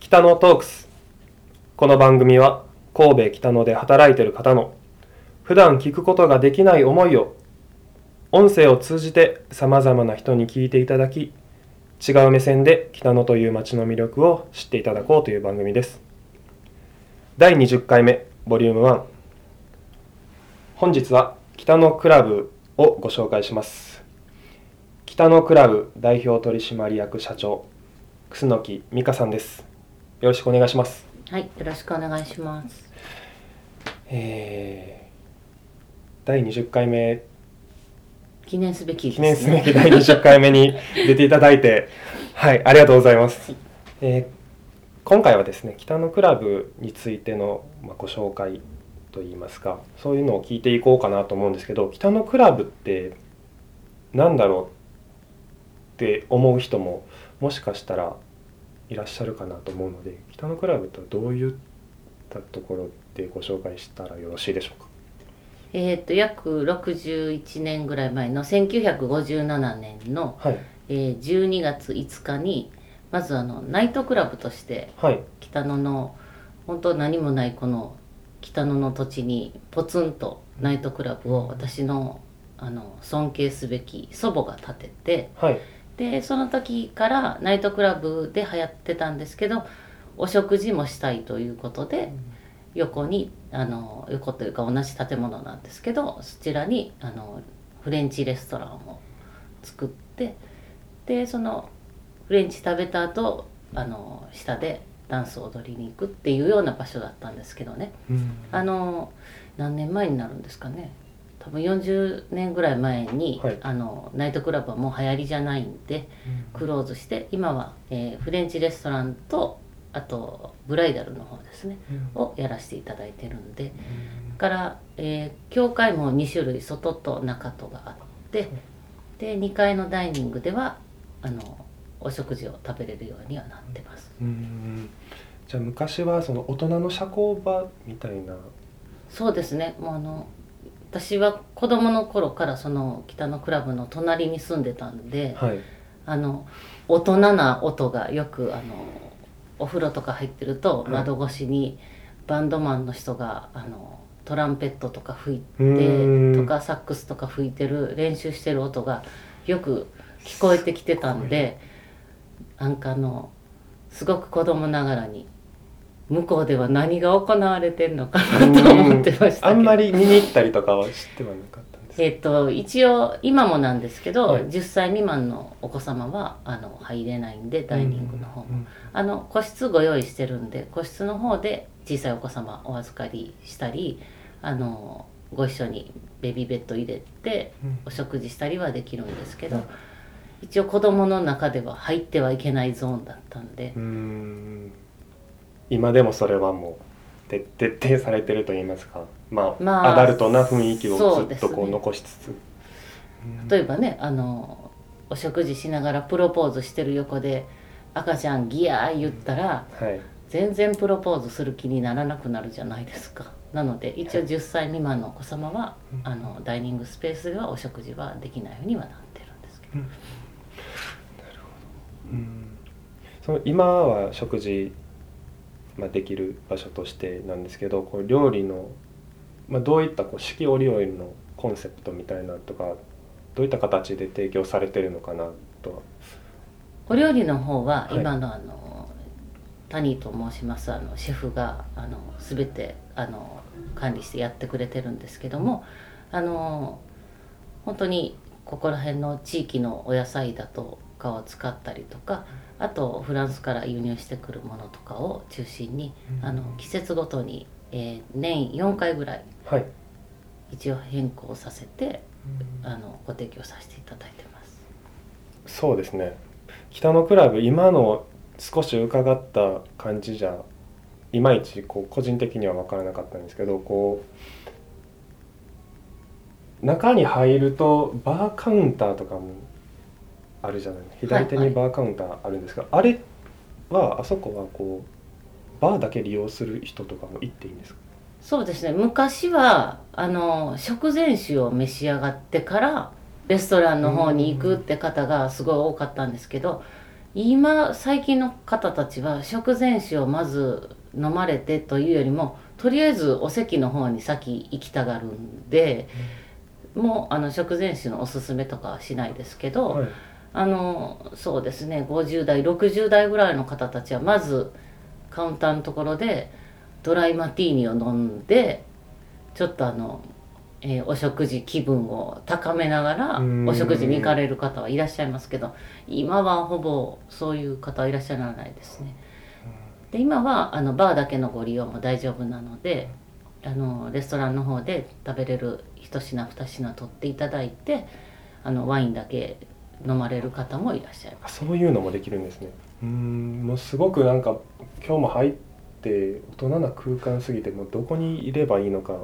北野トークスこの番組は神戸北野で働いている方の普段聞くことができない思いを音声を通じてさまざまな人に聞いていただき違う目線で北野という街の魅力を知っていただこうという番組です第20回目ボリューム1本日は北野クラブをご紹介します北野クラブ代表取締役社長楠木美香さんですよろしくお願いしますはい、よろしくお願いします。えー第20回目記念すべきです、記ね。念すべき第20回目に出ていただいてはいありがとうございます、えー今回はですね北のクラブについての、まあ、ご紹介といいますかそういうのを聞いていこうかなと思うんですけど北のクラブって何だろうって思う人ももしかしたらいらっしゃるかなと思うので北のクラブとはどういったところでご紹介したらよろしいでしょうか えっ、と約61年ぐらい前の1957年の、はいえー12月5日にまずあのナイトクラブとしてはい北野の本当何もないこの北野の土地にポツンとナイトクラブを私のあの尊敬すべき祖母が建ててはいでその時からナイトクラブで流行ってたんですけどお食事もしたいということで、横にあの横というか同じ建物なんですけどそちらにあのフレンチレストランを作ってでそのフレンチ食べた後あの下でダンスを踊りに行くっていうような場所だったんですけどねうんあの何年前になるんですかね多分40年ぐらい前に、はいあのナイトクラブはもう流行りじゃないんでクローズして今は、えーフレンチレストランとあとブライダルの方ですねをやらせていただいてるんでから、えー教会も2種類外と中とがあってで2階のダイニングではあのお食事を食べれるようにはなってますうんじゃあ昔はその大人の社交場みたいなそうですねもうあの私は子供の頃からその北のクラブの隣に住んでたんではいあの大人な音がよくあのお風呂とか入ってるとはい窓越しにバンドマンの人があのトランペットとか吹いてうーんとかサックスとか吹いてる練習してる音がよく聞こえてきてたんでなんかあのすごく子供ながらに向こうでは何が行われてんのかな と思ってましたけどあんまり見に行ったりとかは知ってはなかったんですえっと一応今もなんですけど、はい10歳未満のお子様はあの入れないんでダイニングの方も、うんあの個室ご用意してるんで個室の方で小さいお子様お預かりしたりあのご一緒にベビーベッド入れてうんお食事したりはできるんですけうどん一応子供の中では入ってはいけないゾーンだったんでうーん今でもそれはもうて徹底されてると言いますかまあ、まあアダルトな雰囲気そをうずでっすねとこう残しつつ、うん例えばねあのお食事しながらプロポーズしてる横で赤ちゃんギヤー言ったら。はい全然プロポーズする気にならなくなるじゃないですかなので一応10歳未満のお子様はうんあのダイニングスペースではお食事はできないようにはなってるんですけどうんその今は食事、まあ、できる場所としてなんですけどこう料理の、まあ、どういったこう四季折々のコンセプトみたいなとかどういった形で提供されてるのかなとは。お料理の方ははい今のあの、谷と申しますあのシェフがあの全てあの管理してやってくれてるんですけどもあの本当にここら辺の地域のお野菜だとかを使ったりとかあとフランスから輸入してくるものとかを中心にあの季節ごとに、えー年4回ぐらいはい、一応変更させてあのご提供させていただいてます。そうですね北のクラブ今の少し伺った感じじゃいまいちこう個人的には分からなかったんですけどこう中に入るとバーカウンターとかもあるじゃない左手はにいバーカウンターあるんですが、あれはあそこはこうバーだけ利用する人とかも行っていいんですかそうですね昔はあの食前酒を召し上がってからレストランの方に行くって方がすごい多かったんですけど今最近の方たちは食前酒をまず飲まれてというよりもとりあえずお席の方に先行きたがるんで、もうあの食前酒のおすすめとかはしないですけど、はいあのそうですね50代60代ぐらいの方たちはまずカウンターのところでドライマティーニを飲んでちょっとあの、えーお食事気分を高めながらうんお食事に行かれる方はいらっしゃいますけど今はほぼそういう方はいらっしゃらないですね。で今はあのバーだけのご利用も大丈夫なのであのレストランの方で食べれる一品二品取っていただいてあのワインだけ飲まれる方もいらっしゃいます。あそういうのもできるんですねうーんもうすごくなんか今日も入って大人な空間すぎてもうどこにいればいいのか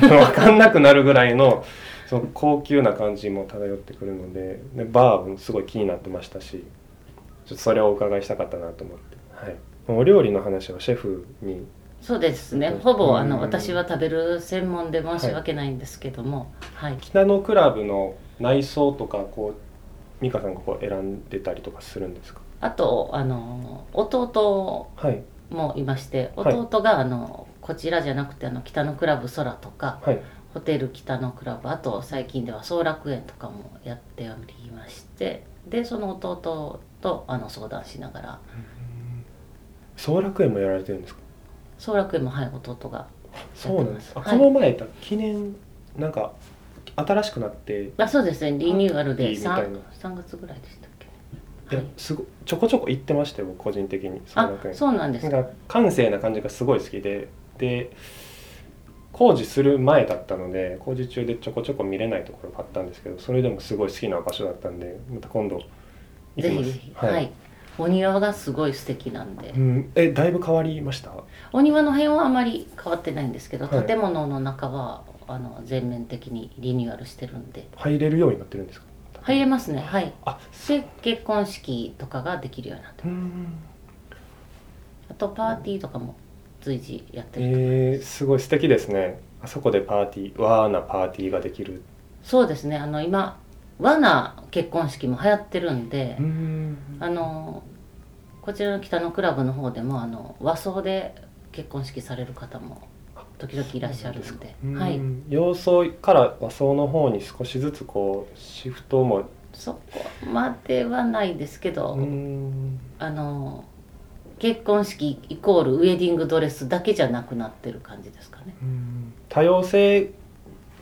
分かんなくなるぐらいのその高級な感じも漂ってくるのででバーもすごい気になってましたしちょっとそれをお伺いしたかったなと思って、はい、お料理の話はシェフにそうですそうねですほぼあうのん私は食べる専門で申し訳ないんですけども、はい北のクラブの内装とかこう美香さんがこう選んでたりとかするんですかあとあの弟はいもいましてはい弟があの、こちらじゃなくてあの北のクラブ空とかはいホテル北のクラブあと最近では総楽園とかもやっておりましてでその弟とあの相談しながら総楽園もやられてるんですか総楽園もはい弟がそうなんです。あはいこの前だ記念なんか新しくなって、あそうですねリニューアルいでいみたいな 3, 3月ぐらいでしたっいけ、やはい、すごちょこちょこ行ってましたよ僕個人的にあ楽園そうなんですなんか閑静な感じがすごい好きでで工事する前だったので工事中でちょこちょこ見れないところがあったんですけどそれでもすごい好きな場所だったんでまた今度行ぜきますひぜひ、はい、お庭がすごい素敵なんで、うん、えだいぶ変わりましたお庭の辺はあまり変わってないんですけど、はい建物の中はあの全面的にリニューアルしてるんで入れるようになってるんですか入れますねはいあで結婚式とかができるようになってうまんすあとパーティーとかも随時やってると思います、えー、すごい素敵ですねあそこでパーティーわーなパーティーができるそうですねあの今和な結婚式も流行ってるんで、んあのこちらの北のクラブの方でもあの和装で結婚式される方も時々いらっしゃるんでうんはい、洋装から和装の方に少しずつこうシフトもそこまではないですけど、うんあの結婚式イコールウェディングドレスだけじゃなくなってる感じですかね多様性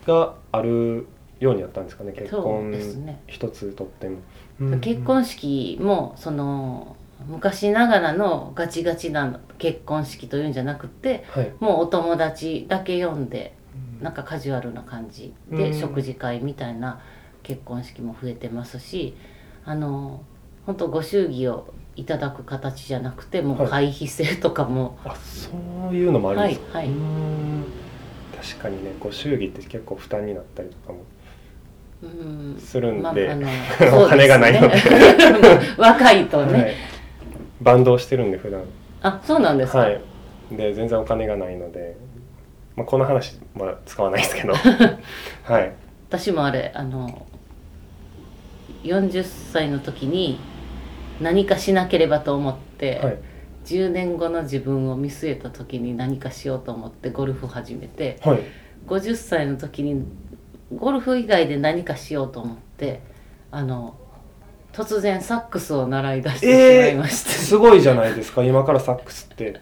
があるようになったんですかね結そう婚ですね一つとっても、結婚式もその昔ながらのガチガチな結婚式というんじゃなくてはいもうお友達だけ呼んでなんかかカジュアルな感じうでん食事会みたいな結婚式も増えてますしあの本当ご祝儀をいただく形じゃなくてもう会費制とかも、あそういうのもあるんですか、はいはいうん確かにねご祝儀って結構負担になったりとかもうんするんで、 まああのお金が ないのでそうですね若いとね、はい、バンドをしてるんで普段あそうなんですか、はいで全然お金がないので、まあ、この話は使わないですけどはい私もあれあの40歳の時に何かしなければと思って、はい10年後の自分を見据えた時に何かしようと思ってゴルフを始めてはい50歳の時にゴルフ以外で何かしようと思ってあの突然サックスを習い出してしまいました、すごいじゃないですか今からサックスって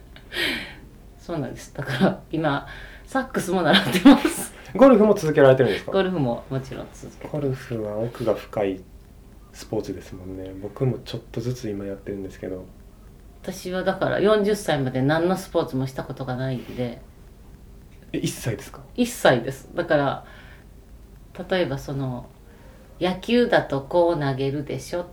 そうなんですだから今サックスも習ってますゴルフも続けられてるんですゴかルフももちろん続けてゴルフは奥が深いスポーツですもんね僕もちょっとずつ今やってるんですけど私はだから40歳まで何のスポーツもしたことがないんでえ1歳ですか1歳ですだから例えばその野球だとこう投げるでしょ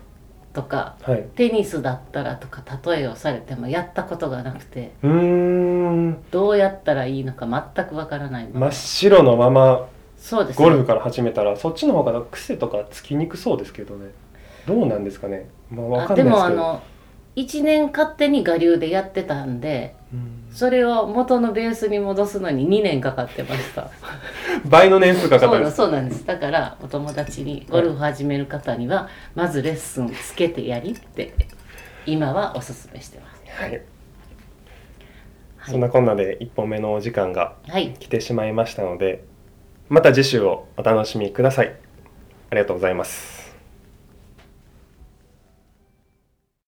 とかはいテニスだったらとか例えをされてもやったことがなくてうーんどうやったらいいのか全くわからないまま真っ白のままそうですねゴルフから始めたらそっちの方が癖とかつきにくそうですけどねどうなんですかねまあわかあんなでいですもけあどの1年勝手に我流でやってたんでうんそれを元のベースに戻すのに2年かかってました倍の年数かかったそうんでだすそうなんですだからお友達にゴルフ始める方にはまずレッスンつけてやりって今はおすすめしてます。はい、はいそんなこんなで1本目のお時間がはい、来てしまいましたのでまた次週をお楽しみくださいありがとうございます